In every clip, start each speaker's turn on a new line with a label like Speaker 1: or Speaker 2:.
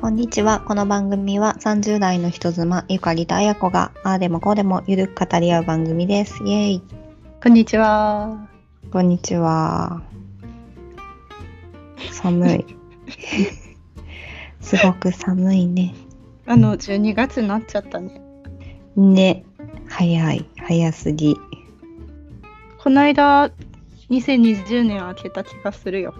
Speaker 1: こんにちは。この番組は30代の人妻、ゆかりとあやこが、ああでもこうでもゆるく語り合う番組です。イエイ。
Speaker 2: こんにちは。
Speaker 1: こんにちは。寒 い。すごく寒いね。
Speaker 2: あの12月になっちゃったね。
Speaker 1: ね。早い。早すぎ。
Speaker 2: こないだ2020年明けた気がするよ。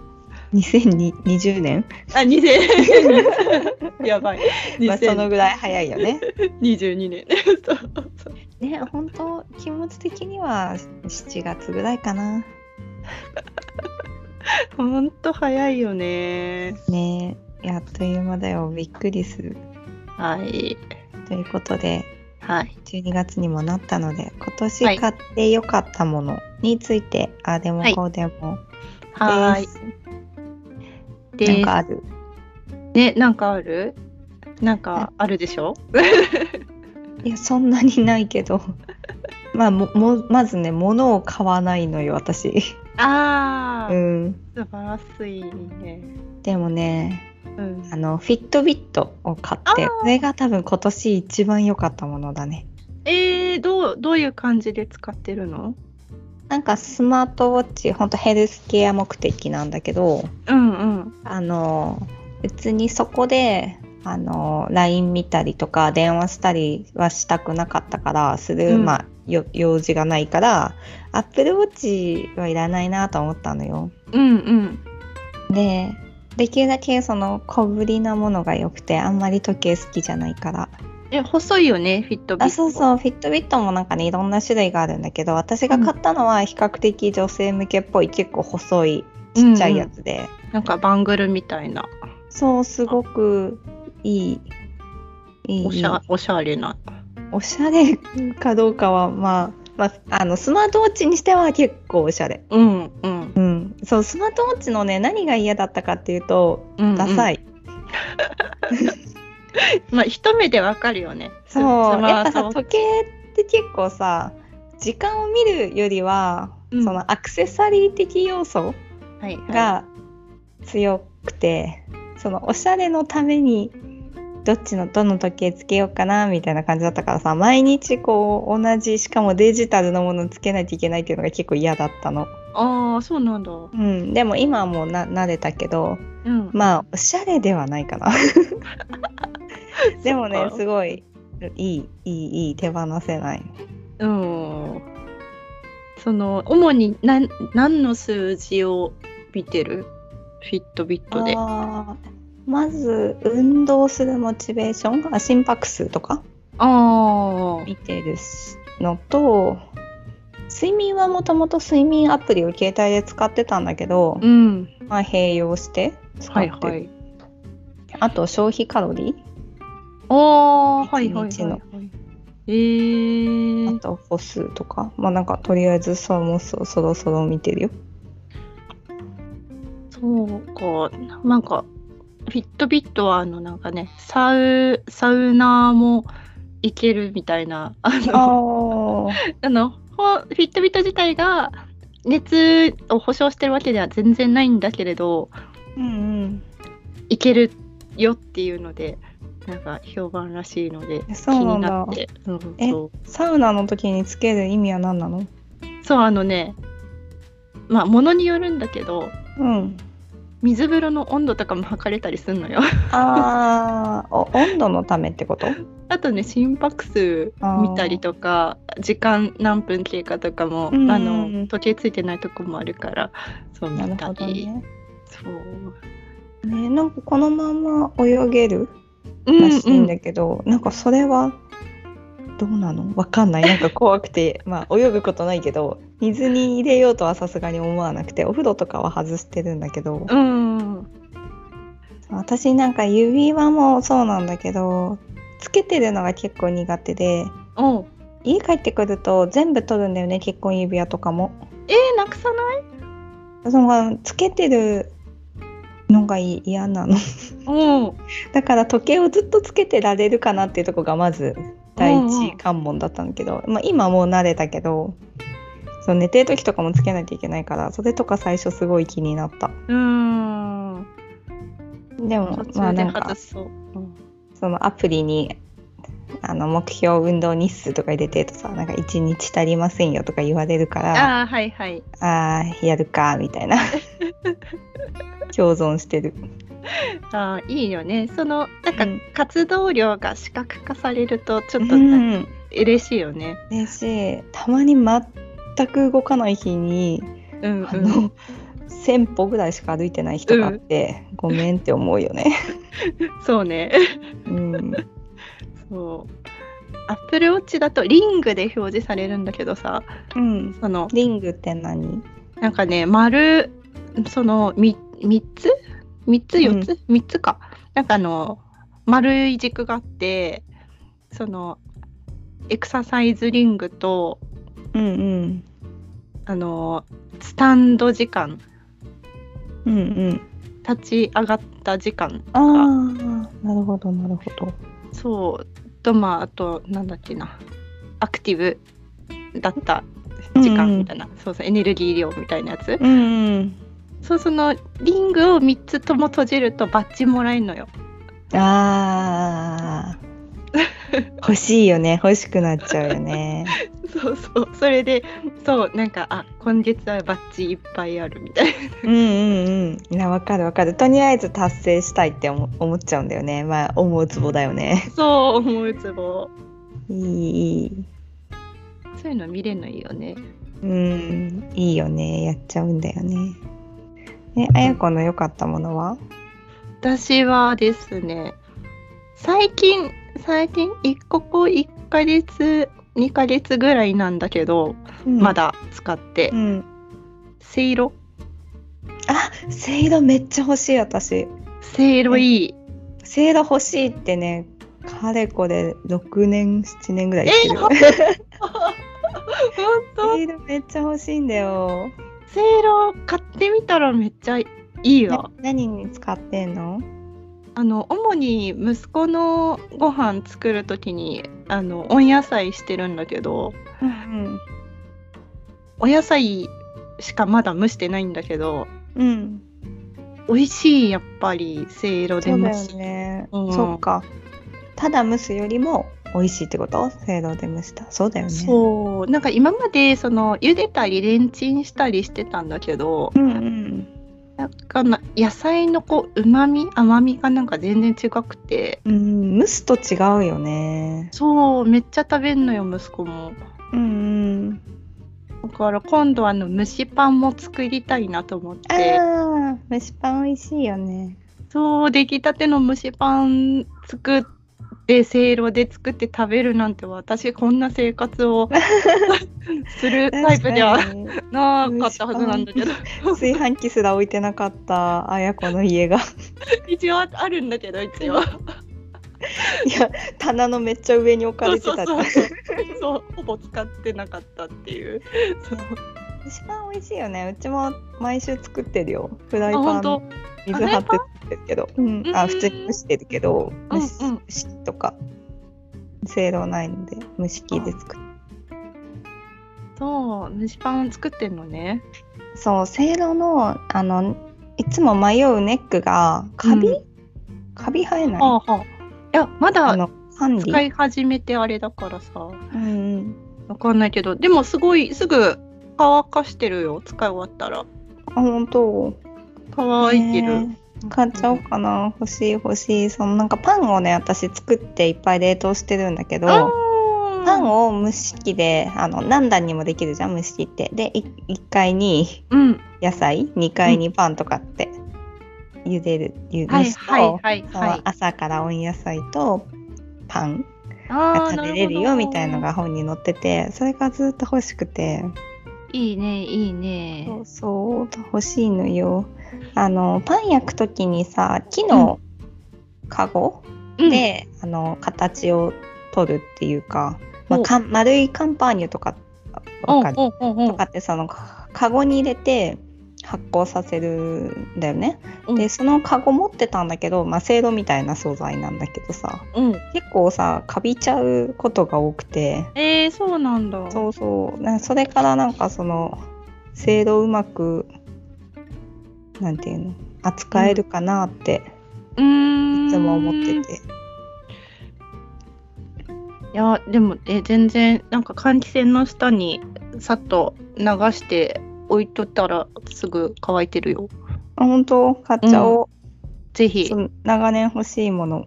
Speaker 1: 2020年、
Speaker 2: あ、2000やばい。
Speaker 1: まあ、そのぐらい早いよね。
Speaker 2: 2022年。
Speaker 1: ね、本当気持ち的には7月ぐらいかな。
Speaker 2: ほんと早いよね。
Speaker 1: ねいやあっという間だよ。びっくりする。
Speaker 2: はい。
Speaker 1: ということで、
Speaker 2: はい。
Speaker 1: 12月にもなったので今
Speaker 2: は
Speaker 1: 年
Speaker 2: い
Speaker 1: 買ってよかったものについて、ああでも
Speaker 2: はい
Speaker 1: こうでも
Speaker 2: は
Speaker 1: で
Speaker 2: ーい。
Speaker 1: すなんかある
Speaker 2: ね、なんかあるなんかあるでしょ
Speaker 1: いやそんなにないけど まあももまずね物を買わないのよ私
Speaker 2: あ
Speaker 1: う
Speaker 2: ー、
Speaker 1: ん
Speaker 2: 素晴らしいね。
Speaker 1: でもね
Speaker 2: うん。
Speaker 1: あのフィットビットを買って
Speaker 2: あー
Speaker 1: これが多分今年一番良かったものだね
Speaker 2: えー、どう、どういう感じで使ってるの
Speaker 1: なんかスマートウォッチほんとヘルスケア目的なんだけど
Speaker 2: うんうん。
Speaker 1: あの別にそこであの LINE 見たりとか電話したりはしたくなかったからする、
Speaker 2: うん
Speaker 1: まあ、よ用事がないから AppleWatch はいらないなと思ったのよ。
Speaker 2: うんうん。
Speaker 1: でできるだけその小ぶりなものが良くてあんまり時計好きじゃないから
Speaker 2: え、細いよね、フィットビット。
Speaker 1: あそうそうフィットビットもなんかねいろんな種類があるんだけど私が買ったのは比較的女性向けっぽい結構細いちっちゃいやつで、
Speaker 2: なんかバングルみたいな
Speaker 1: そうすごくいいいい
Speaker 2: おしゃおしゃれな。
Speaker 1: おしゃれかどうかはまあ、まあ、あのスマートウォッチにしては結構おしゃれ、
Speaker 2: うんうん
Speaker 1: うん、そうスマートウォッチのね何が嫌だったかっていうと
Speaker 2: うん。
Speaker 1: ダサい、。
Speaker 2: まあ一目でわかるよね。
Speaker 1: そうやっぱ
Speaker 2: ス
Speaker 1: さ
Speaker 2: マート
Speaker 1: 時計って結構さ時間を見るよりは、
Speaker 2: うん
Speaker 1: そのアクセサリー的要素
Speaker 2: はいは
Speaker 1: が強くて、そのおしゃれのためにどっちのどの時計つけようかなみたいな感じだったからさ毎日こう同じしかもデジタルのものつけないといけないっていうのが結構嫌だったの、
Speaker 2: い。ああそうなんだ。う
Speaker 1: うん、でも今はもうな慣れたけど
Speaker 2: ん。
Speaker 1: まあおしゃれではないか なでも
Speaker 2: そ
Speaker 1: ね
Speaker 2: っか
Speaker 1: すごいいいいいいい手放せない
Speaker 2: うん。その主に何何の数字を見てるフィットビットで。
Speaker 1: あーまず運動するモチベーションあ心拍数とか
Speaker 2: あ
Speaker 1: 見てるのと睡眠はもともと睡眠アプリを携帯で使ってたんだけど
Speaker 2: あ。う、ん。
Speaker 1: まあ、併用して使って
Speaker 2: はい
Speaker 1: る、
Speaker 2: はい。
Speaker 1: あと消費カロリ
Speaker 2: ああはいはいはい
Speaker 1: 一日の
Speaker 2: はい。えー
Speaker 1: ーあと歩数とかまあなんかとりあえずそうもそそろそろ見てるよ
Speaker 2: そうか、なんか、フィットビットは、あの、なんかね、サウ、サウナーも行けるみたいな、あ
Speaker 1: あ
Speaker 2: の、
Speaker 1: ー
Speaker 2: あのほフィットビット自体が、熱を保証してるわけでは全然ないんだけれど、
Speaker 1: うん
Speaker 2: 行けるよっていうので、なんか評判らしいので、
Speaker 1: え
Speaker 2: 気
Speaker 1: そうな
Speaker 2: に
Speaker 1: んだ
Speaker 2: なって、うん、
Speaker 1: え
Speaker 2: そう
Speaker 1: うんサウナの時につける意味は何なの
Speaker 2: そう、あのね、まあ、ものによるんだけど、
Speaker 1: うん
Speaker 2: 水風呂の温度とかも測れたりするのよ。
Speaker 1: あーお温度のためって こと
Speaker 2: あとね心拍数見たりとか時間何分経過とかも、
Speaker 1: うん
Speaker 2: あの時計ついてないとこもあるからそう
Speaker 1: な
Speaker 2: 見
Speaker 1: る
Speaker 2: た
Speaker 1: ほど
Speaker 2: り、
Speaker 1: ね
Speaker 2: そう、
Speaker 1: ねなんかこのまま泳げる
Speaker 2: うん
Speaker 1: らしいん
Speaker 2: うん
Speaker 1: だけど、なんかそれはどうなのわかんないなんか怖くて まあ泳ぐことないけど水に入れようとはさすがに思わなくてお風呂とかは外してるんだけど、
Speaker 2: うん
Speaker 1: 私なんか指輪もそうなんだけどつけてるのが結構苦手で
Speaker 2: おう
Speaker 1: 家帰ってくると全部取るんだよね結婚指輪とかも。
Speaker 2: えー、なくさない
Speaker 1: そのつけてるのがい嫌なの
Speaker 2: おう
Speaker 1: だから時計をずっとつけてられるかなっていうとこがまず第一関門だったんだけど、まあ、今はもう慣れたけどそう寝てる時とかもつけないといけないからそれとか最初すごい気になった
Speaker 2: うん
Speaker 1: でも
Speaker 2: 途
Speaker 1: まあな
Speaker 2: 中で
Speaker 1: んか
Speaker 2: 外そう、うん
Speaker 1: そのアプリにあの目標運動日数とか入れてるとさなんか1日足りませんよとか言われるから
Speaker 2: ああ、はいはい。
Speaker 1: あーやるかみ たいな共存してる。
Speaker 2: ああ、いいよね。その、なん
Speaker 1: う
Speaker 2: か
Speaker 1: ん
Speaker 2: 活動量が視覚化されると、ちょっと
Speaker 1: うん
Speaker 2: 嬉しいよね。
Speaker 1: 嬉しいたまに全く動かない日に、
Speaker 2: うん、
Speaker 1: あ
Speaker 2: うん。
Speaker 1: の1,000歩ぐらいしか歩いてない人があって、ごめんって思うよね。
Speaker 2: そうね。
Speaker 1: うん、
Speaker 2: そう。アップルウォッチだとリングで表示されるんだけどさ、
Speaker 1: うん、
Speaker 2: その
Speaker 1: リングって何
Speaker 2: なんかね、丸、そのみ三つ三つ四つ三、つか。なんかあの、丸い軸があって、その、エクササイズリングと、
Speaker 1: うんうん
Speaker 2: あの、スタンド時間、
Speaker 1: うんうん
Speaker 2: 立ち上がった時間
Speaker 1: ああなるほどなるほど。
Speaker 2: そうとまああとなんだっけなアクティブだった時
Speaker 1: うんうん
Speaker 2: 間みたいな、そうそうエネルギー量みたいなやつ
Speaker 1: うんうん
Speaker 2: そうそのリングを3つとも閉じるとバッジもらえるのよ
Speaker 1: ああ 欲しいよね欲しくなっちゃうよ ね。
Speaker 2: そうそうそれでそうなんかあ今月はバッジいっぱいあるみたいな
Speaker 1: うんうんうんいやわかるわかるとりあえず達成したいって思思っちゃうんだよねまあ思うツボだよね。
Speaker 2: そう思うつぼ
Speaker 1: いいいい
Speaker 2: そういうの見れるのいいよね
Speaker 1: うんいいよねやっちゃうんだよね。えあやこの良かったものは
Speaker 2: 私はですね最近最近いここ1ヶ月2ヶ月ぐらいなんだけど、ま。だ使って
Speaker 1: うん、
Speaker 2: せいろ
Speaker 1: あセイロめっちゃ欲しい私。
Speaker 2: せいろいい
Speaker 1: セイロ欲しいってねかれこれ6年7年ぐらい言ってるよ。
Speaker 2: 本
Speaker 1: セイロめっちゃ欲しいんだよ。
Speaker 2: 当せいろ買ってみたらめっちゃいいわ
Speaker 1: な何に使ってんの
Speaker 2: あの主に息子のご飯作る時にあの温野菜してるんだけど
Speaker 1: うん
Speaker 2: お野菜しかまだ蒸してないんだけど
Speaker 1: うん
Speaker 2: 美味しいやっぱりせいろで
Speaker 1: そうだ
Speaker 2: 蒸
Speaker 1: よ
Speaker 2: し
Speaker 1: ね、
Speaker 2: うん
Speaker 1: そっかただ蒸すよりも美味しいってことせいろで蒸したそうだよねう
Speaker 2: そうなんか今までその茹でたりレンチンしたりしてたんだけど
Speaker 1: んうん
Speaker 2: なんかな野菜のこうまみ甘みがなんか全然違くて
Speaker 1: うん蒸すと違うよね
Speaker 2: そうめっちゃ食べんのよ息子も
Speaker 1: うんうん
Speaker 2: だから今度あの蒸しパンも作りたいなと思って
Speaker 1: あー蒸しパン美味しいよね
Speaker 2: そう出来たての蒸しパン作ってせいろで作って食べるなんて私こんな生活 をするタイプでは
Speaker 1: 確かに
Speaker 2: なかったはずなんだけど
Speaker 1: 炊飯器すら置いてなかったあやこの家 が
Speaker 2: 一応あるんだけど一
Speaker 1: い
Speaker 2: 応
Speaker 1: や棚のめっちゃ上に置か
Speaker 2: そ
Speaker 1: れ
Speaker 2: う
Speaker 1: てた
Speaker 2: そ
Speaker 1: じ
Speaker 2: う
Speaker 1: ゃん
Speaker 2: そうそうそうほぼ使ってなかったっていうそう
Speaker 1: 蒸しパン美味しいよねうちも毎週作ってるよフライパ
Speaker 2: あ本当
Speaker 1: ン水張って作ってるけどうん
Speaker 2: うん
Speaker 1: あ普通に蒸してるけど
Speaker 2: うん
Speaker 1: 蒸
Speaker 2: うん
Speaker 1: し蒸しとかせいろないので蒸し器で作る
Speaker 2: そう蒸しパン作ってんのね
Speaker 1: そうせいろのあのいつも迷うネックがカビ、
Speaker 2: うん
Speaker 1: カビ生えない
Speaker 2: ああはいやまだ
Speaker 1: あの管理
Speaker 2: 使い始めてあれだからさ
Speaker 1: うんうん
Speaker 2: わかんないけどでもすごいすぐ乾かしてるよ使い終わったら
Speaker 1: あ本当
Speaker 2: 乾いてる、
Speaker 1: ね買っちゃおうかな欲しい欲しいそのなんかパンをね私作っていっぱい冷凍してるんだけどパン
Speaker 2: を
Speaker 1: を蒸し器であの何段にもできるじゃん蒸し器ってで1階に
Speaker 2: うん
Speaker 1: 野菜2階にパンとかって茹でる、ゆ
Speaker 2: は
Speaker 1: 蒸
Speaker 2: い
Speaker 1: すと、
Speaker 2: はいはい
Speaker 1: そ
Speaker 2: は
Speaker 1: の
Speaker 2: い
Speaker 1: 朝から温野菜とパン
Speaker 2: あ
Speaker 1: が
Speaker 2: ー
Speaker 1: 食べれるよみたいの
Speaker 2: なる
Speaker 1: が本に載っててそれがずっと欲しくて
Speaker 2: ほどいいねいいね
Speaker 1: そうそう欲しいのよあのパン焼く時にさ木のカゴ
Speaker 2: うん
Speaker 1: で、あの形を取るっていうか、まあ、
Speaker 2: お
Speaker 1: かん丸いカンパーニュとかわ
Speaker 2: おう
Speaker 1: かる
Speaker 2: おうおうお
Speaker 1: とかってそのかカゴに入れて発酵させるんだよね。
Speaker 2: うん
Speaker 1: でそのカゴ持ってたんだけど、まあ、せいろみたいな素材なんだけどさ
Speaker 2: うん
Speaker 1: 結構さかびちゃうことが多くて
Speaker 2: えー、そうなんだ
Speaker 1: そうそうなそれからなんかそのせいろうまくなんていうの扱えるかなって
Speaker 2: うーん
Speaker 1: いつも思ってて。
Speaker 2: やでもえ全然なんか換気扇の下にさっと流して置いとったらすぐ乾いてるよ
Speaker 1: あ本当買っちゃおう、
Speaker 2: ぜひ
Speaker 1: その長年欲しいもの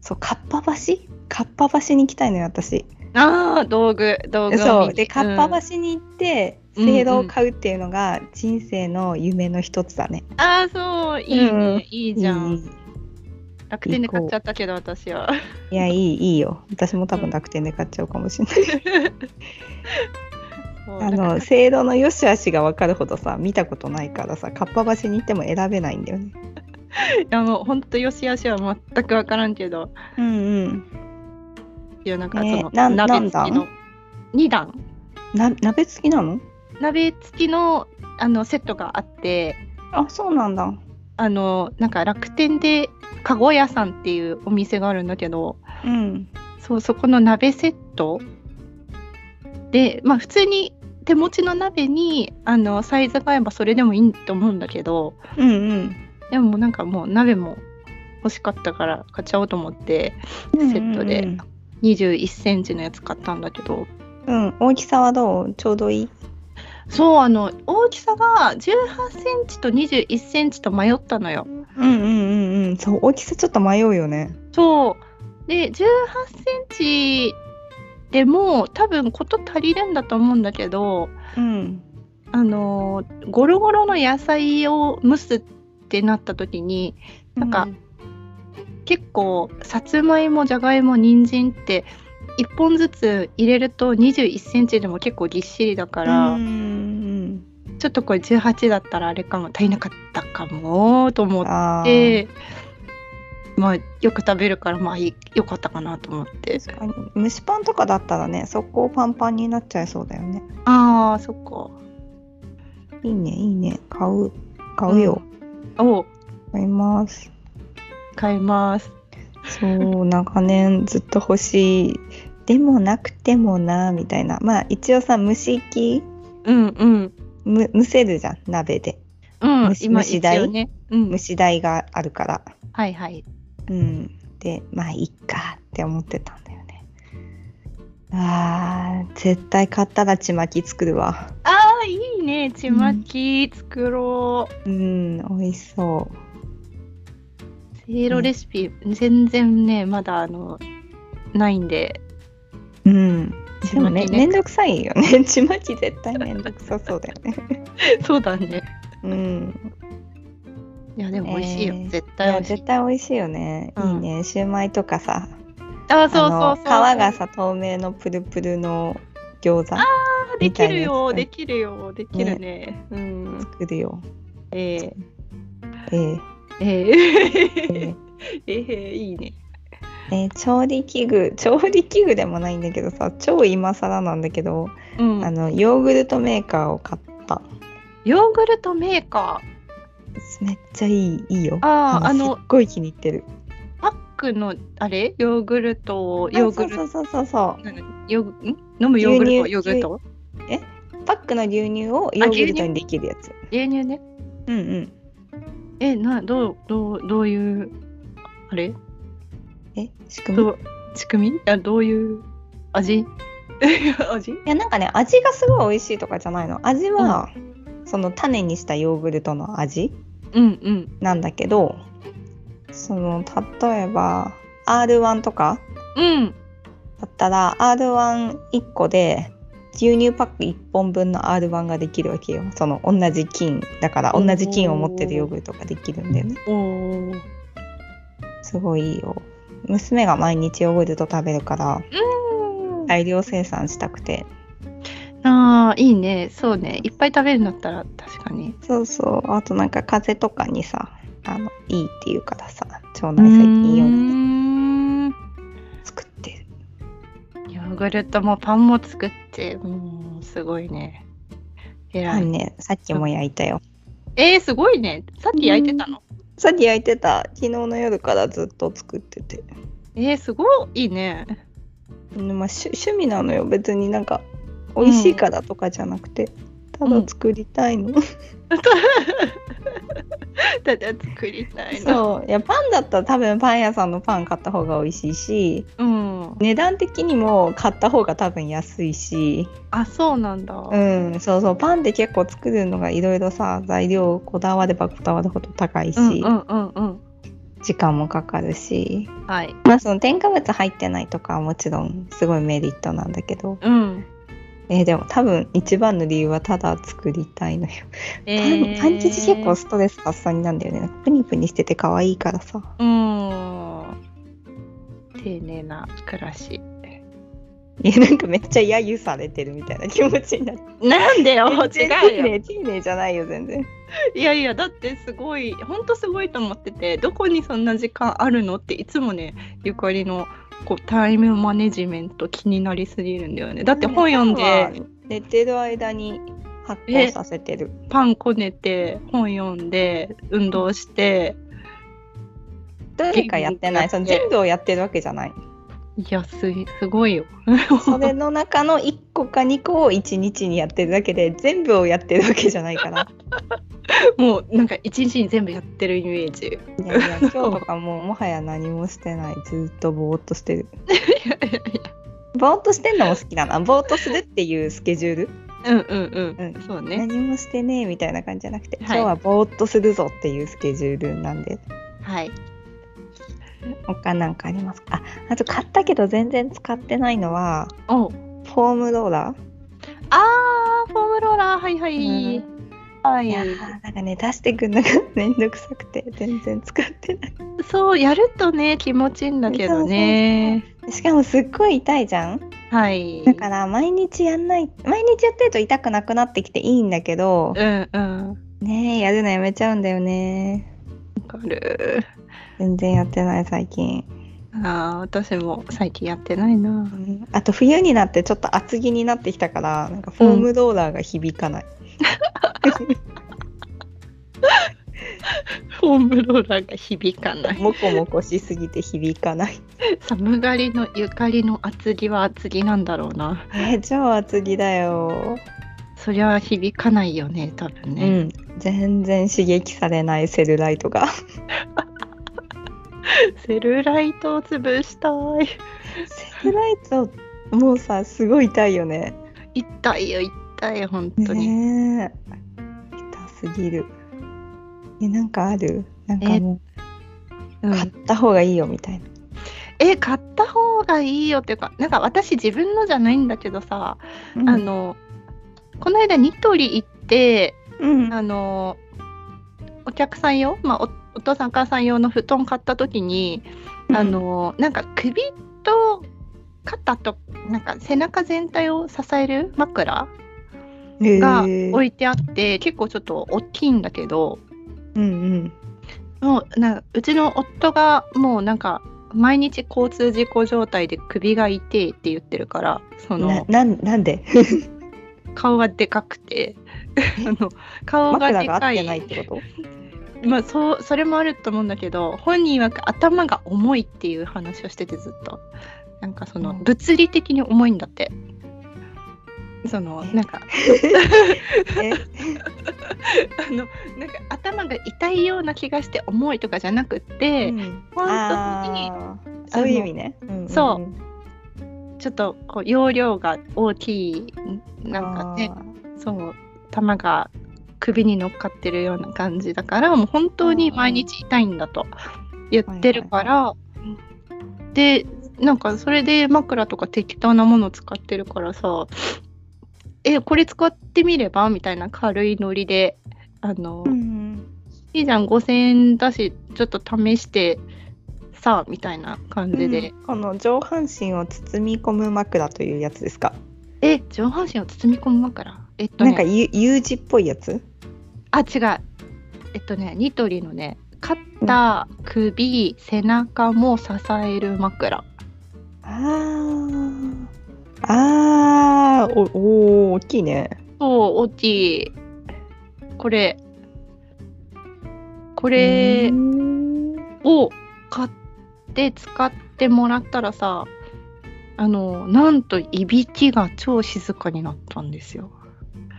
Speaker 1: そうかっぱ橋かっぱ橋に行きたいのよ私
Speaker 2: ああ道具道具を
Speaker 1: そう
Speaker 2: 見
Speaker 1: で
Speaker 2: て
Speaker 1: かっぱ橋に行って
Speaker 2: うん
Speaker 1: 制度を買うっていうのが人生の夢の一つだね、
Speaker 2: うんああそういいね、
Speaker 1: うん
Speaker 2: いいじゃん、
Speaker 1: うん
Speaker 2: 楽天で買っちゃったけど私は
Speaker 1: いやいいいいよ私も多分楽天で買っちゃうかもしれない
Speaker 2: そう
Speaker 1: あ
Speaker 2: だから
Speaker 1: の制度の良し悪しが分かるほどさ見たことないからさかっぱ橋に行っても選べないんだよね
Speaker 2: いやもう本当よしあしは全く分からんけど
Speaker 1: うんうん
Speaker 2: いやなんかそ
Speaker 1: ね
Speaker 2: の、
Speaker 1: な
Speaker 2: 鍋付きの2段
Speaker 1: な鍋付きなの
Speaker 2: 鍋付きのあのセットがあって
Speaker 1: あそうなんだ
Speaker 2: あのなんか楽天でかご屋さんっていうお店があるんだけど
Speaker 1: うん
Speaker 2: そうそこの鍋セットでまあ普通に手持ちの鍋にあのサイズが合えばそれでもいいと思うんだけど
Speaker 1: うんうん
Speaker 2: でもなんかもう鍋も欲しかったから買っちゃおうと思ってセットで
Speaker 1: うん
Speaker 2: 2 1センチのやつ買ったんだけど
Speaker 1: うん、うん大きさはどうちょうどいい
Speaker 2: そうあの大きさが1 8センチと2 1センチと迷ったのよ。
Speaker 1: うんうんうんうんそう大きさちょっと迷うよね
Speaker 2: そうで1 8センチでも多分こと足りるんだと思うんだけど
Speaker 1: うん
Speaker 2: あのゴロゴロの野菜を蒸すってなった時になんか結構さつまいもじゃがいも人参って1本ずつ入れると2 1センチでも結構ぎっしりだか、
Speaker 1: からうんうん
Speaker 2: ちょっとこれ18だったらあれかも足りなかったかもと思っ
Speaker 1: うんあー
Speaker 2: でまあよく食べるからまあいいよかったかなと思って
Speaker 1: 確かに蒸しパンとかだったらね速攻パンパンになっちゃいそうだよね
Speaker 2: ああそっか
Speaker 1: いいねいいね買う買うよ、
Speaker 2: を
Speaker 1: 買います
Speaker 2: 買います
Speaker 1: そう長年ずっと欲しいでもなくてもなみたいなまあ一応さ蒸し器
Speaker 2: うんうん
Speaker 1: む蒸せるじゃん鍋で
Speaker 2: うん
Speaker 1: 虫虫代
Speaker 2: 一応ねうん
Speaker 1: 蒸し台があるから
Speaker 2: はいはい
Speaker 1: うんでまあいっかって思ってたんだよねあー絶対買ったらちまき作るわ
Speaker 2: ああいいねちまき作ろう
Speaker 1: うん美味しそう
Speaker 2: せいろレシピ、全然ねまだあのない んで
Speaker 1: うんでもね
Speaker 2: ちまきね
Speaker 1: めんどくさいよね ちまき絶対めんどくさそうだよね
Speaker 2: そうだね
Speaker 1: うん
Speaker 2: いやでも美味しいよ、
Speaker 1: えー
Speaker 2: 絶
Speaker 1: い
Speaker 2: 対美
Speaker 1: や
Speaker 2: 味しい
Speaker 1: 絶対美味しいよね、
Speaker 2: うん
Speaker 1: いいねシューマイとかさ
Speaker 2: あーそう
Speaker 1: あ
Speaker 2: そう
Speaker 1: の
Speaker 2: そう
Speaker 1: 皮がさ透明のプルプルの餃子
Speaker 2: で
Speaker 1: みた
Speaker 2: き
Speaker 1: いな
Speaker 2: る
Speaker 1: やつ
Speaker 2: よできるよできるねうん
Speaker 1: 作るよ
Speaker 2: えー、
Speaker 1: えー
Speaker 2: えー、
Speaker 1: えー
Speaker 2: えー、いいね
Speaker 1: えー調理器具 調理器具でもないんだけどさ超今更なんだけど、
Speaker 2: うん
Speaker 1: あのヨーグルトメーカーを買った
Speaker 2: ヨーグルトメーカ
Speaker 1: めっちゃいいいいよ
Speaker 2: あーあの
Speaker 1: すっごい気に入ってる
Speaker 2: ーパックのあれヨーグルトをヨーグル
Speaker 1: あそ
Speaker 2: ト
Speaker 1: うそうそうそう
Speaker 2: なんかヨーグん飲むヨーグルト
Speaker 1: 牛乳
Speaker 2: ヨーグルト
Speaker 1: そうパックの牛乳をヨーグルトにできるやつ
Speaker 2: 牛乳ね
Speaker 1: うんうん
Speaker 2: えなどうどうどういうあれ
Speaker 1: え仕組み
Speaker 2: ど
Speaker 1: いう
Speaker 2: 仕組みあどういう味味
Speaker 1: やなんかね 味がすごい美味しいとかじゃないの味は、その種にしたヨーグルトの味
Speaker 2: うんうん
Speaker 1: なんだけどその例えば R1 とか
Speaker 2: うん
Speaker 1: だったら R11 個で牛乳パック1本分の R1 ができるわけよその同じ菌だから
Speaker 2: お
Speaker 1: 同
Speaker 2: ー
Speaker 1: じ菌を持ってるヨーグルトができるんだよね
Speaker 2: おおー
Speaker 1: すごいいいよ娘が毎日ヨーグルト食べるから
Speaker 2: うん
Speaker 1: 大量生産したくて
Speaker 2: あーいいねそうねいっぱい食べるんだったら確かに
Speaker 1: そうそうあとなんか風邪とかにさあのいいっていうからさ腸内細菌いいようにね
Speaker 2: に
Speaker 1: 作ってる
Speaker 2: ヨーグルトもパンも作ってもうすごいね
Speaker 1: あ
Speaker 2: 偉い
Speaker 1: のねさっきも焼いたよ
Speaker 2: えー、すごいね。さっき焼いてたの。
Speaker 1: さっき焼いてた昨日の夜からずっと作ってて
Speaker 2: えー、すごいいいね。
Speaker 1: うんまあ、趣趣味なのよ別になんか美味しいからとかじゃなくて、ただ作りたいの、
Speaker 2: ただ作りたいな。
Speaker 1: そういやパンだったら多分パン屋さんのパン買った方が美味しいし
Speaker 2: うん。
Speaker 1: 値段的にも買った方が多分安いし、
Speaker 2: あそうなんだ、
Speaker 1: うん、そうそうパンって結構作るのがいろいろさ材料こだわればこだわるほど高いし、
Speaker 2: うんうんうんうん
Speaker 1: 時間もかかるし、
Speaker 2: はい
Speaker 1: まあ、その添加物入ってないとかはもちろんすごいメリットなんだけど、
Speaker 2: うん
Speaker 1: えーでも多分一番の理由はただ作りたいのよ、
Speaker 2: えー
Speaker 1: パンパン生地結構ストレス発散になるんだよねなんかプニプニしてて可愛いからさ
Speaker 2: うん丁寧な暮らし
Speaker 1: いやなんかめっちゃ揶揄されてるみたいな気持ちになって
Speaker 2: なんでよ
Speaker 1: 全然
Speaker 2: 違う
Speaker 1: 丁
Speaker 2: よ
Speaker 1: 寧丁寧じゃないよ全然
Speaker 2: いやいやだってすごいほんとすごいと思っててどこにそんな時間あるのっていつもねゆかりのこうタイムマネジメント気になりすぎるんだよねだって本読んで
Speaker 1: 寝てる間に発酵させてる
Speaker 2: パンこねて本読んで運動して
Speaker 1: 誰かやってないその全部をやってるわけじゃ ない
Speaker 2: いやすいすごいよ。
Speaker 1: それの中の1個か2個を1日にやってるだけで全部をやってるわけじゃないから
Speaker 2: もうなんか一日に全部やってるイメー ジ。
Speaker 1: いやいや今日とかもうもはや何もしてないずっとぼーっとしてるぼーっとしてんのも好きだなぼーっとするっていうスケジュール、
Speaker 2: うんうんうん。
Speaker 1: うん
Speaker 2: そうね。
Speaker 1: 何もしてねえみたいな感じじゃなくて、
Speaker 2: はい
Speaker 1: 今日はぼーっとするぞっていうスケジュールなんで
Speaker 2: はい。
Speaker 1: 他なんかありますかああと買ったけど全然使ってないのは
Speaker 2: お
Speaker 1: フォームローラー
Speaker 2: あーフォームローラーはいはい。はい
Speaker 1: や
Speaker 2: い。
Speaker 1: ーなんかね出してくんのがめんどくさくて全然使ってない
Speaker 2: そうやるとね気持ちいいんだけどね。
Speaker 1: しかもすっごい痛いじゃん
Speaker 2: はい。
Speaker 1: だから毎日やんない毎日やってると痛くなくなってきていいんだけど
Speaker 2: うんうん。わ
Speaker 1: ねえやるのやめちゃうんだよね
Speaker 2: かる。
Speaker 1: 全然やってない最近、
Speaker 2: あー私も最近やってないな
Speaker 1: う。んあと冬になってちょっと厚着になってきたからなんかフォームローラーが響かない、
Speaker 2: フォームローラーが響かない。
Speaker 1: モコモコしすぎて響かない
Speaker 2: 寒がりのゆかりの厚着は厚着なんだろうな。
Speaker 1: え超厚着だよ、
Speaker 2: そりゃ響かないよね多分
Speaker 1: う
Speaker 2: ね、
Speaker 1: ん、全然刺激されないセルライト が
Speaker 2: セルライトを潰したい
Speaker 1: セルライトもうさすごい痛いよね
Speaker 2: 痛いよ痛い本当に、
Speaker 1: ねえ痛すぎるえなんかあるなんかも
Speaker 2: う
Speaker 1: うん買った方がいいよみたいな、
Speaker 2: え買った方がいいよっていうかなんか私自分のじゃないんだけどさ、
Speaker 1: うん、
Speaker 2: あのこの間ニトリ行って
Speaker 1: うん
Speaker 2: あのお客さん用、まあ、おお父さんお母さん用の布団買った時に、あのなんか首と肩となんか背中全体を支える枕が置
Speaker 1: い
Speaker 2: いてあって結構ちょっと大きいんだけど
Speaker 1: うん
Speaker 2: もうなんかうちの夫がもうなんか毎日交通事故状態で首が痛いって言ってるからそ
Speaker 1: うんな
Speaker 2: の
Speaker 1: なんなんで
Speaker 2: 顔がでかくて あの顔が
Speaker 1: 枕
Speaker 2: で
Speaker 1: が合っ
Speaker 2: か
Speaker 1: て
Speaker 2: い
Speaker 1: ないってこと
Speaker 2: まあ、そうそれもあると思うんだけど本人は頭が重いっていう話をしててずっとなんかそ
Speaker 1: う
Speaker 2: の
Speaker 1: ん
Speaker 2: 物理的に重いんだって。その
Speaker 1: え
Speaker 2: なんか
Speaker 1: え
Speaker 2: あのなんか頭が痛いような気がして重いとかじゃなくって、
Speaker 1: うん
Speaker 2: 本当に
Speaker 1: あーそういう意味ね、うんうんうん
Speaker 2: そちょっとこう容量が大きいなんかね
Speaker 1: あー
Speaker 2: そう玉が首に乗っかってるような感じだからもう本当に毎日痛いんだと言ってるから、でなんかそれで枕とか適当なものを使ってるからさ「えこれ使ってみれば?」みたいな軽いノリで「あの
Speaker 1: うん
Speaker 2: いいじゃん5,000円だしちょっと試してさ」みたいな感じで
Speaker 1: この上半身を包み込む枕というやつですか、
Speaker 2: 「え上半身を包み込む枕」えっと
Speaker 1: な
Speaker 2: ね
Speaker 1: んか U, U 字っぽいやつ
Speaker 2: あ違うえっとねニトリのね肩首背中も支える枕
Speaker 1: あーあーおおー大きいね
Speaker 2: そう大きいこれこれ
Speaker 1: うーん
Speaker 2: を買って使ってもらったらさあのなんといびきが超静かになったんですよ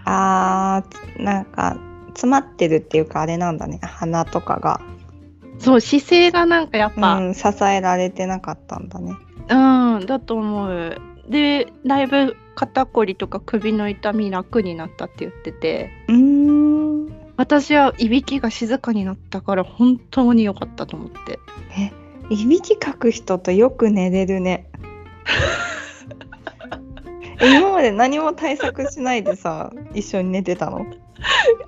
Speaker 1: あーつなんか詰まってるっていうかあれなんだね鼻とかが、
Speaker 2: そう姿勢がなんかやっぱ
Speaker 1: うん、支えられてなかったんだね
Speaker 2: うん、うんだと思うでだいぶ肩こりとか首の痛み楽になったって言ってて
Speaker 1: うーん
Speaker 2: 私はいびきが静かになったから本当に良かったと思って
Speaker 1: いびきかく人とよく寝れる ねえ今まで何も対策しないでさ一緒に寝てたの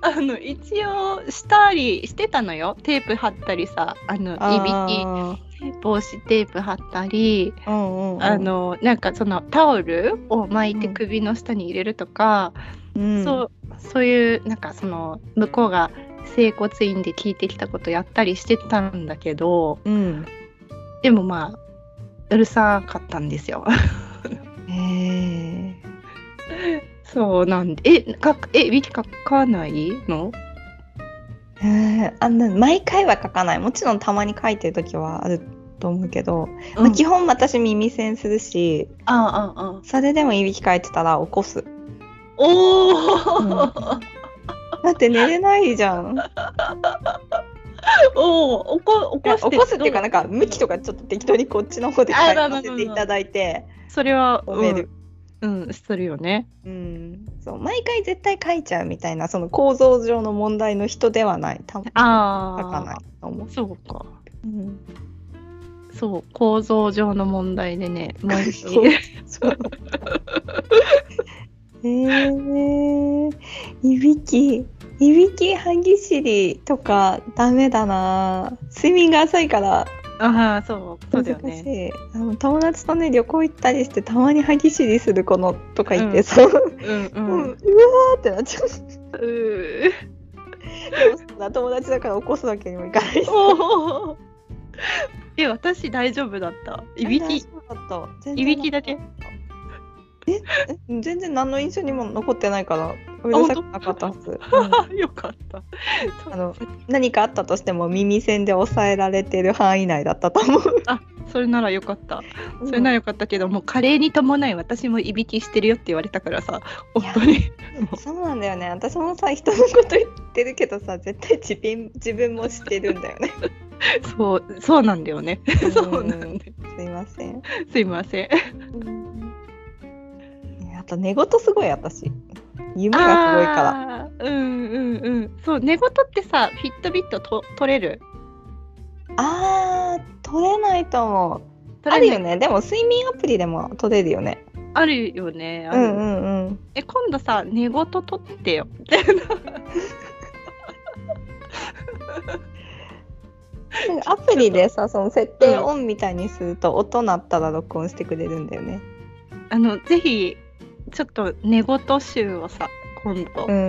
Speaker 2: あの一応したりしてたのよテープ貼ったりさあのい
Speaker 1: あー
Speaker 2: びき防止テープ貼ったり
Speaker 1: うんうんうん
Speaker 2: あのなんかそのタオルを巻いて
Speaker 1: うん
Speaker 2: 首の下に入れるとか、
Speaker 1: うん
Speaker 2: そうそういうなんかその向こうが整骨院で聞いてきたことやったりしてたんだけど
Speaker 1: うん
Speaker 2: でもまあうるさかったんです よ。
Speaker 1: へえ
Speaker 2: そうなんでえかえいびきかかないの
Speaker 1: へーあんな毎回は書かないもちろんたまに書いてる時はあると思うけど、まあ
Speaker 2: うん
Speaker 1: 基本私耳栓するし
Speaker 2: ああああ
Speaker 1: それでもいびきかいてたら起こす
Speaker 2: おー
Speaker 1: だって寝れないじゃんい
Speaker 2: おー起こ起
Speaker 1: や
Speaker 2: こして
Speaker 1: 起こすっていうかなんか向きとかちょっと適当にこっちの方で変えさせていただいて
Speaker 2: それは
Speaker 1: 褒める、
Speaker 2: うん、うん、するよね
Speaker 1: うん、そう毎回絶対書いちゃうみたいなその構造上の問題の人ではない多分
Speaker 2: ああ
Speaker 1: 書かないと 思う、
Speaker 2: そうか
Speaker 1: うん、
Speaker 2: そう構造上の問題で ねもう一
Speaker 1: 構造
Speaker 2: 回
Speaker 1: そうえー、いびきいびき歯ぎしりとかダメだな睡眠が浅いから
Speaker 2: ああそうそう
Speaker 1: 難
Speaker 2: だよ
Speaker 1: しい、
Speaker 2: ね
Speaker 1: あの友達とね旅行行ったりしてたまに歯ぎしりする子のとか言っ
Speaker 2: う
Speaker 1: て
Speaker 2: ん
Speaker 1: さ、
Speaker 2: うんう
Speaker 1: うんうんわーってなっちゃう
Speaker 2: うー
Speaker 1: でもそんな友達だから起こすわけにもいかないし
Speaker 2: おーえ私大丈夫だったいび
Speaker 1: 大
Speaker 2: き
Speaker 1: 丈夫だった全
Speaker 2: い
Speaker 1: 然
Speaker 2: びきだけ
Speaker 1: 全然何の印象にも残ってないからうるさくなかったはず、うん
Speaker 2: あよかった
Speaker 1: あの何かあったとしても耳栓で抑えられてる範囲内だったと思う
Speaker 2: あそれならよかった それならよかったけど、もう加齢に伴い私もいびきしてるよって言われたからさ
Speaker 1: や
Speaker 2: 本当に
Speaker 1: うんそうなんだよね私もさ人のこと言ってるけどさ絶対自分自分もしてるんだよね
Speaker 2: そうそうなんだよね そうな
Speaker 1: うん
Speaker 2: んです
Speaker 1: いません、
Speaker 2: すいません
Speaker 1: ねあと寝言すごい私夢がすごいから
Speaker 2: あーうんうんうんそう寝言ってさフィットビットと取れる
Speaker 1: あー取れないと思うあ
Speaker 2: 取
Speaker 1: る
Speaker 2: れな
Speaker 1: よ
Speaker 2: い
Speaker 1: ねでも睡眠アプリでも取れるよね
Speaker 2: あるよねあ
Speaker 1: う
Speaker 2: る
Speaker 1: んうん うん
Speaker 2: え今度さ寝言取ってよ
Speaker 1: なんかアプリでさその設定オンみたいにすると音鳴ったら録音してくれるんだよね。
Speaker 2: あのぜひちょっと寝言集をさ今度、
Speaker 1: うん。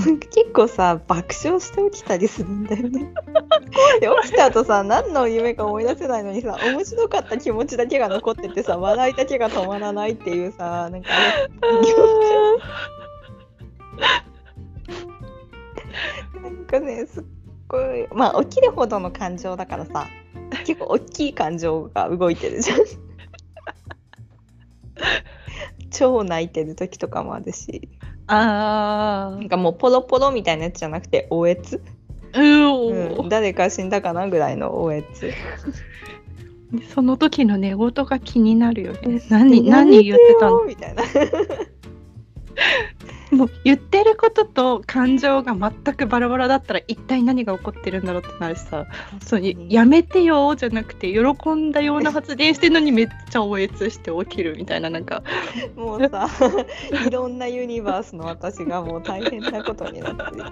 Speaker 1: そう結構さ爆笑して起きたりするんだよね。で起きた後さ何の夢か思い出せないのにさ面白かった気持ちだけが残っててさ笑いだけが止まらないっていうさなんかなんかねすっごいまあ起きるほどの感情だからさ結構大きい感情が動いてるじゃん。超泣いてる時とかもあるし
Speaker 2: あ
Speaker 1: なん
Speaker 2: ー
Speaker 1: かもうポロポロみたいなやつじゃなくておえつ、
Speaker 2: うお
Speaker 1: うん、誰か死んだかなぐらいのおえつ
Speaker 2: その時の寝言が気になるよね。何何言ってたの
Speaker 1: やめてよみたいな
Speaker 2: もう言ってることと感情が全くバラバラだったら一体何が起こってるんだろうってなるしさそう やめてよじゃなくて喜んだような発言してるのにめっちゃ応越して起きるみたいななんか
Speaker 1: もうさ いろんなユニバースの私がもう大変なことになってる、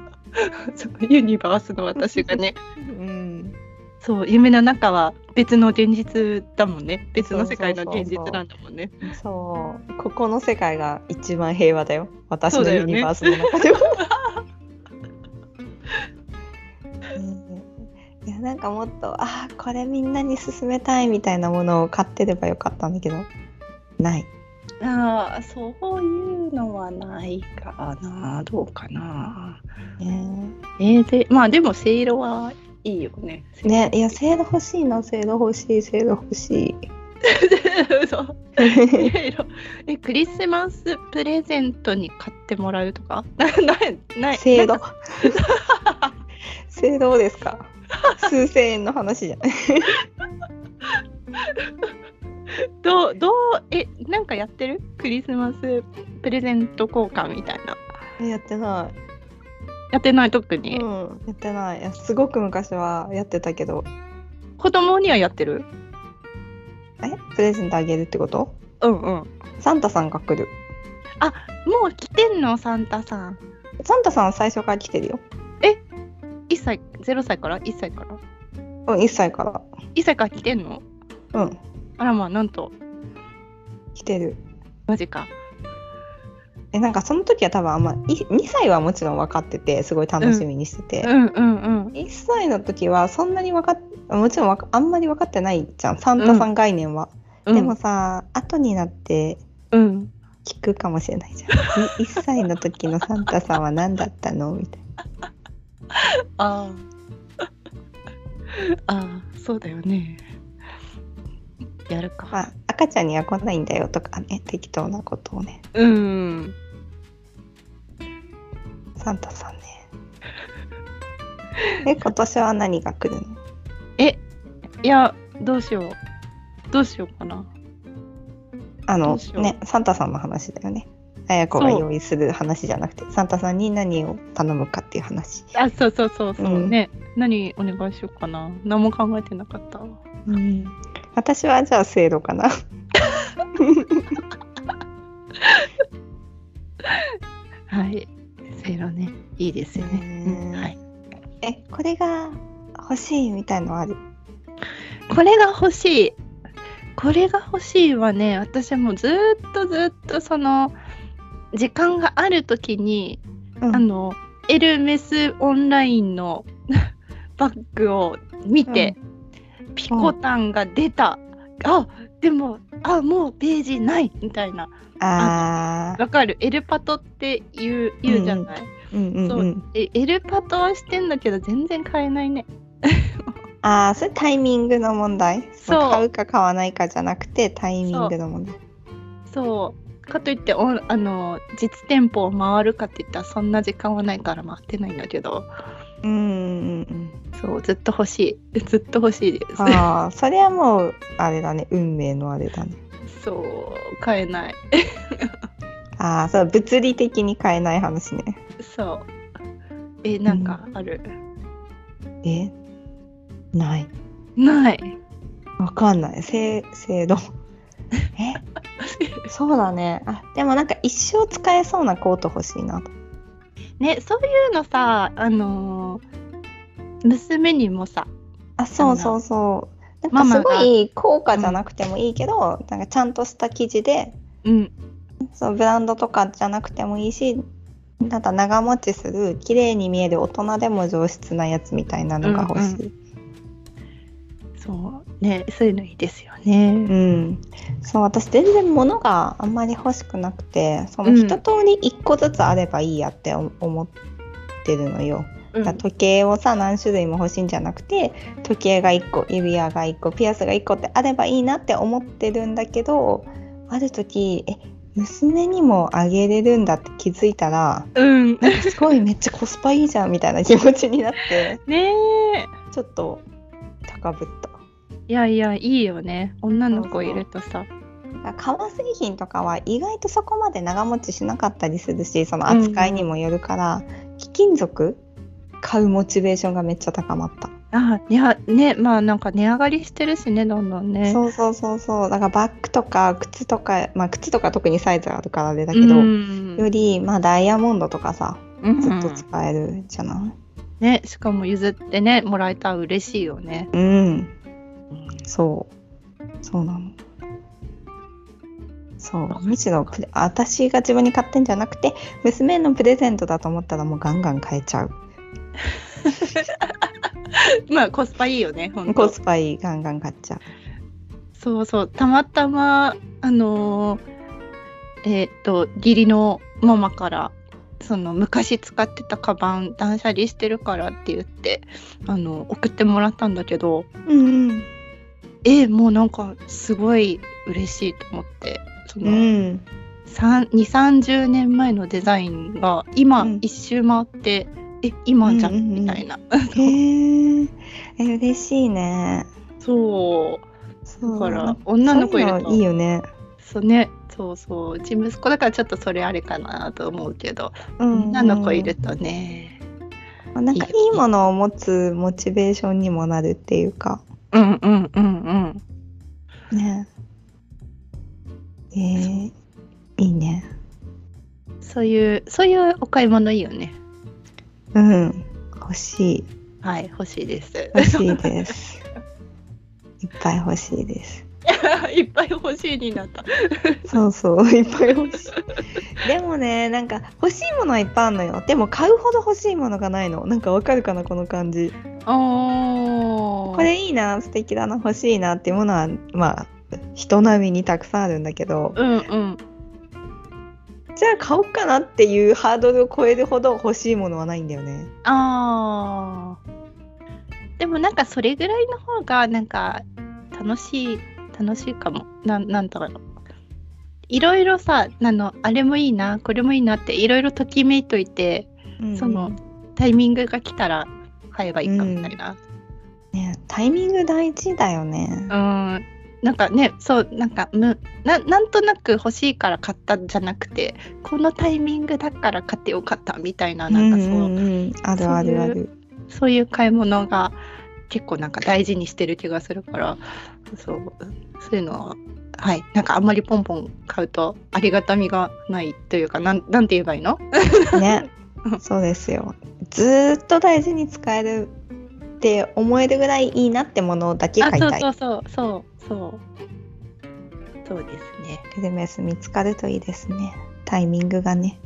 Speaker 2: そうユニバースの私がね
Speaker 1: うん、
Speaker 2: そう夢の中は別の現実だもんね別の世界の現実なんだもんね。
Speaker 1: そうここの世界が一番平和だよ私
Speaker 2: そう
Speaker 1: の
Speaker 2: だ
Speaker 1: ユ
Speaker 2: よね
Speaker 1: ニバースの中では。うんいやなんかもっとあーこれみんなに勧めたいみたいなものを買ってればよかったんだけどない
Speaker 2: ああそういうのはないかなどうかな。
Speaker 1: ね
Speaker 2: えーでまあでもせいろはいいよね。
Speaker 1: ねいや制度欲しいな制度欲しい制度欲しい
Speaker 2: そうせいろ えクリスマスプレゼントに買ってもらうとか ないない
Speaker 1: 制
Speaker 2: な
Speaker 1: 度
Speaker 2: んか
Speaker 1: 制度ですか数千円の話じゃない
Speaker 2: どうどうえなんかやってるクリスマスプレゼント交換みたいな
Speaker 1: えやってな
Speaker 2: やってない特
Speaker 1: い、
Speaker 2: に、
Speaker 1: うん、やってないいやすごく昔はやってたけど
Speaker 2: 子供にはやってる
Speaker 1: えプレゼントあげるってこと
Speaker 2: うんうんも
Speaker 1: サンタさんが来る
Speaker 2: う来てんのサンタさん
Speaker 1: サンタさんは最初から来てるよ
Speaker 2: 1歳0歳から1歳から
Speaker 1: うん1歳から
Speaker 2: 1歳から来てんの
Speaker 1: うん
Speaker 2: あらまあなんと
Speaker 1: 来てる
Speaker 2: マジか
Speaker 1: えなんかその時は多分あんまい2歳はもちろん分かっててすごい楽しみにしてて、
Speaker 2: うんうんうん
Speaker 1: 1歳の時はそんなに分かっもちろんわかあんまり分かってないじゃんサンタさん概念は、
Speaker 2: うん
Speaker 1: でもさ後になって
Speaker 2: うん
Speaker 1: 聞くかもしれないじゃ んい1歳の時のサンタさんは何だったのみたい
Speaker 2: あー あーそうだよねやるか、
Speaker 1: な、まあ、赤ちゃんには来ないんだよとかね適当なことをね
Speaker 2: うん
Speaker 1: サンタさん ねえ今年は何が来るの
Speaker 2: いやどうしようどうしようかな
Speaker 1: あ
Speaker 2: ど
Speaker 1: の
Speaker 2: うしよう
Speaker 1: ねサンタさんの話だよねあや子が用意する話じゃなくてサンタさんに何を頼むかっていう話
Speaker 2: あそうそうそうそう、
Speaker 1: うん
Speaker 2: ね何お願いしようかな何も考えてなかったわ
Speaker 1: うん私はじゃあせいろかな
Speaker 2: はいせいろねいいですよね、
Speaker 1: うん
Speaker 2: はい、
Speaker 1: えこれが欲しいみたいのはある
Speaker 2: これが欲しいこれが欲しいはね私はもうずーっとずーっとその時間がある時に、
Speaker 1: うん
Speaker 2: あのエルメスオンラインの バッグを見て、ピコタンが出た、あでもあもうページないみたいな
Speaker 1: あー
Speaker 2: わかるエルパトって言う言うじゃない、
Speaker 1: うんうん
Speaker 2: そううんえエルパトはしてんだけど全然買えないね
Speaker 1: あーそれタイミングの問題
Speaker 2: そう
Speaker 1: 買うか買わないかじゃなくてタイミングの問題
Speaker 2: そうかといっておあの実店舗を回るかって言ったらそんな時間はないから回ってないんだけど
Speaker 1: うんうんうん
Speaker 2: そうずっと欲しい ずっと欲しいです
Speaker 1: あ あそれはもうあれだね運命のあれだね
Speaker 2: そう買えない
Speaker 1: ああそう物理的に買えない話ね
Speaker 2: そうえなんかある、
Speaker 1: えない
Speaker 2: ない
Speaker 1: わかんないせ制度えそうだねあでもなんか一生使えそうなコート欲しいな
Speaker 2: ねそういうのさあのー娘にもさ
Speaker 1: あそうそうそうな
Speaker 2: マ
Speaker 1: んか
Speaker 2: マ
Speaker 1: す
Speaker 2: が
Speaker 1: ごい高価じゃなくてもいいけど、なんかちゃんとした生地で
Speaker 2: うん
Speaker 1: そうブランドとかじゃなくてもいいしなんか長持ちする綺麗に見える大人でも上質なやつみたいなのが欲しい、
Speaker 2: そうねそういうのいいですよね
Speaker 1: うんそう私全然物があんまり欲しくなくてその
Speaker 2: うん
Speaker 1: 一通り1個ずつあればいいやって思思ってるのよ、
Speaker 2: うん
Speaker 1: だから時計をさ何種類も欲しいんじゃなくて時計が1個指輪が1個ピアスが1個ってあればいいなって思ってるんだけどある時え娘にもあげれるんだって気づいたら
Speaker 2: うん
Speaker 1: なんかすごいめっちゃコスパいいじゃんみたいな気持ちになって
Speaker 2: ねえ
Speaker 1: ちょっと高ぶった
Speaker 2: いやいやいいよね女の子いると
Speaker 1: だ
Speaker 2: さ
Speaker 1: から革製品とかは意外とそこまで長持ちしなかったりするしその扱いにもよるから、貴金属買うモチベーションがめっちゃ高まった、
Speaker 2: あいやねまあなんか値上がりしてるしねどんどんね
Speaker 1: そうそうそうそうだからバッグとか靴とかまあ靴とか特にサイズあるからあれだ
Speaker 2: だ
Speaker 1: けど、
Speaker 2: うん
Speaker 1: よりまあダイヤモンドとかさ
Speaker 2: うん
Speaker 1: ずっと使えるじゃない
Speaker 2: ねしかも譲ってねもらえたら嬉しいよね
Speaker 1: うんそう。そうなの。そう。むしろプレ、私が自分に買ってんじゃなくて、娘へのプレゼントだと思ったらもうガンガン買えちゃう。
Speaker 2: まあコスパいいよねほん
Speaker 1: コ
Speaker 2: と
Speaker 1: スパいい、ガンガン買っちゃう。
Speaker 2: そうそうたまたまあのーえーっと義理のママからその昔使ってたカバン断捨離してるからって言ってあの送ってもらったんだけど
Speaker 1: うんうん。
Speaker 2: えもうなんかすごい嬉しいと思ってその、
Speaker 1: うん。
Speaker 2: 2三3 0年前のデザインが今
Speaker 1: うん
Speaker 2: 一周回って、え今じゃ
Speaker 1: うんうん
Speaker 2: ん
Speaker 1: うん
Speaker 2: みたいな、
Speaker 1: へえ。え、嬉しいね。
Speaker 2: そう
Speaker 1: そ
Speaker 2: だ
Speaker 1: う
Speaker 2: から女の子いる
Speaker 1: そういう
Speaker 2: と
Speaker 1: のいいよね。
Speaker 2: そうねそうそううち息子だからちょっとそれあれかなと思うけど、
Speaker 1: うん
Speaker 2: 女の子いるとね
Speaker 1: まあなんかいいものを持つモチベーションにもなるっていうか。
Speaker 2: うんうんうんうん
Speaker 1: ね。えー、いいね。
Speaker 2: そういうそういうお買い物いいよね
Speaker 1: うん。欲しい。
Speaker 2: はい欲しいです
Speaker 1: 欲しいです。いっぱい欲しいです。
Speaker 2: いっぱい欲しいになった。
Speaker 1: そうそう、いっぱい欲しい。でもね、なんか欲しいものはいっぱいあるのよ。でも買うほど欲しいものがないの。なんかわかるかな、この感じ。
Speaker 2: おお。
Speaker 1: これいいな、素敵だな、欲しいなっていうものは、まあ、人並みにたくさんあるんだけど、
Speaker 2: うんうん。
Speaker 1: じゃあ買おうかなっていうハードルを超えるほど欲しいものはないんだよね。
Speaker 2: ああ。でもなんかそれぐらいの方がなんか楽しい楽しいかも。なんなんだろう。いろいろさあのあれもいいなこれもいいなっていろいろときめいといて、
Speaker 1: うん
Speaker 2: そのタイミングが来たら買えばいいかみたいな。
Speaker 1: ね、タイミング大事だよね
Speaker 2: う。ん。なんかねそうなんかむななんとなく欲しいから買ったんじゃなくてこのタイミングだから買ってよかったみたいななんかそう、
Speaker 1: うんうんうんあるあるあ
Speaker 2: そうい
Speaker 1: る。
Speaker 2: そういう買い物が結構なんか大事にしてる気がするからそうそういうのははいなんかあんまりポンポン買うとありがたみがないというかなんなんて言えばいいの
Speaker 1: ねそうですよずーっと大事に使えるって思えるぐらいいいなってものだけ買いた
Speaker 2: あ
Speaker 1: い
Speaker 2: そうそうそうそうそうそうですね
Speaker 1: エルメス見つかるといいですねタイミングがね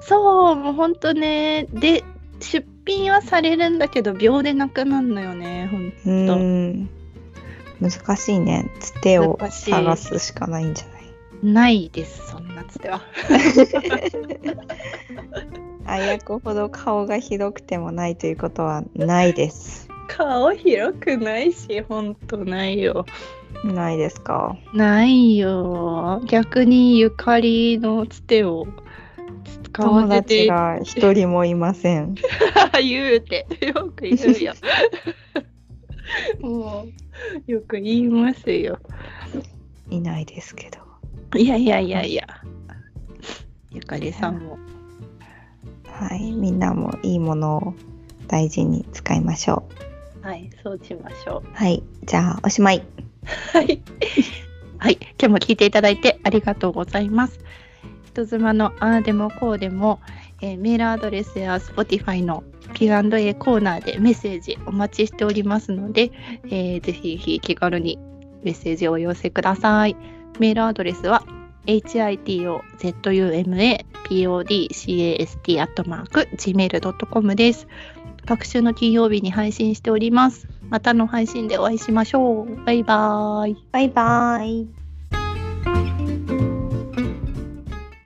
Speaker 2: そうもうほんとねで出品はされるんだけど秒でなくなるのよねほん
Speaker 1: うーん難しいねつてを
Speaker 2: 難しい
Speaker 1: 探すしかないんじゃない
Speaker 2: ないですそんなつては
Speaker 1: あやこほど顔が広くてもないということはないです
Speaker 2: 顔広くないしほんとないよ
Speaker 1: ないですか
Speaker 2: ないよ逆にゆかりのつてを使
Speaker 1: 友
Speaker 2: わせ
Speaker 1: 達
Speaker 2: て
Speaker 1: が一人もいません
Speaker 2: 言うて よく言 うよもうよく言いますよ
Speaker 1: いないですけど
Speaker 2: いやいやいやいやゆかりさんも
Speaker 1: はいみんなもいいものを大事に使いましょう
Speaker 2: はいそうしましょ
Speaker 1: はい、じゃあおしまい。
Speaker 2: うはい、はい、今日も聞いていただいてありがとうございます人妻のああでもこうでも、えーメールアドレスや Spotify の Q&A コーナーでメッセージお待ちしておりますので、えーぜひ気軽にメッセージをお寄せください。メールアドレスは hitozumapodcast.gmail.com です。各週の金曜日に配信しております。またの配信でお会いしましょう。バイバーイ。
Speaker 1: バイバイ。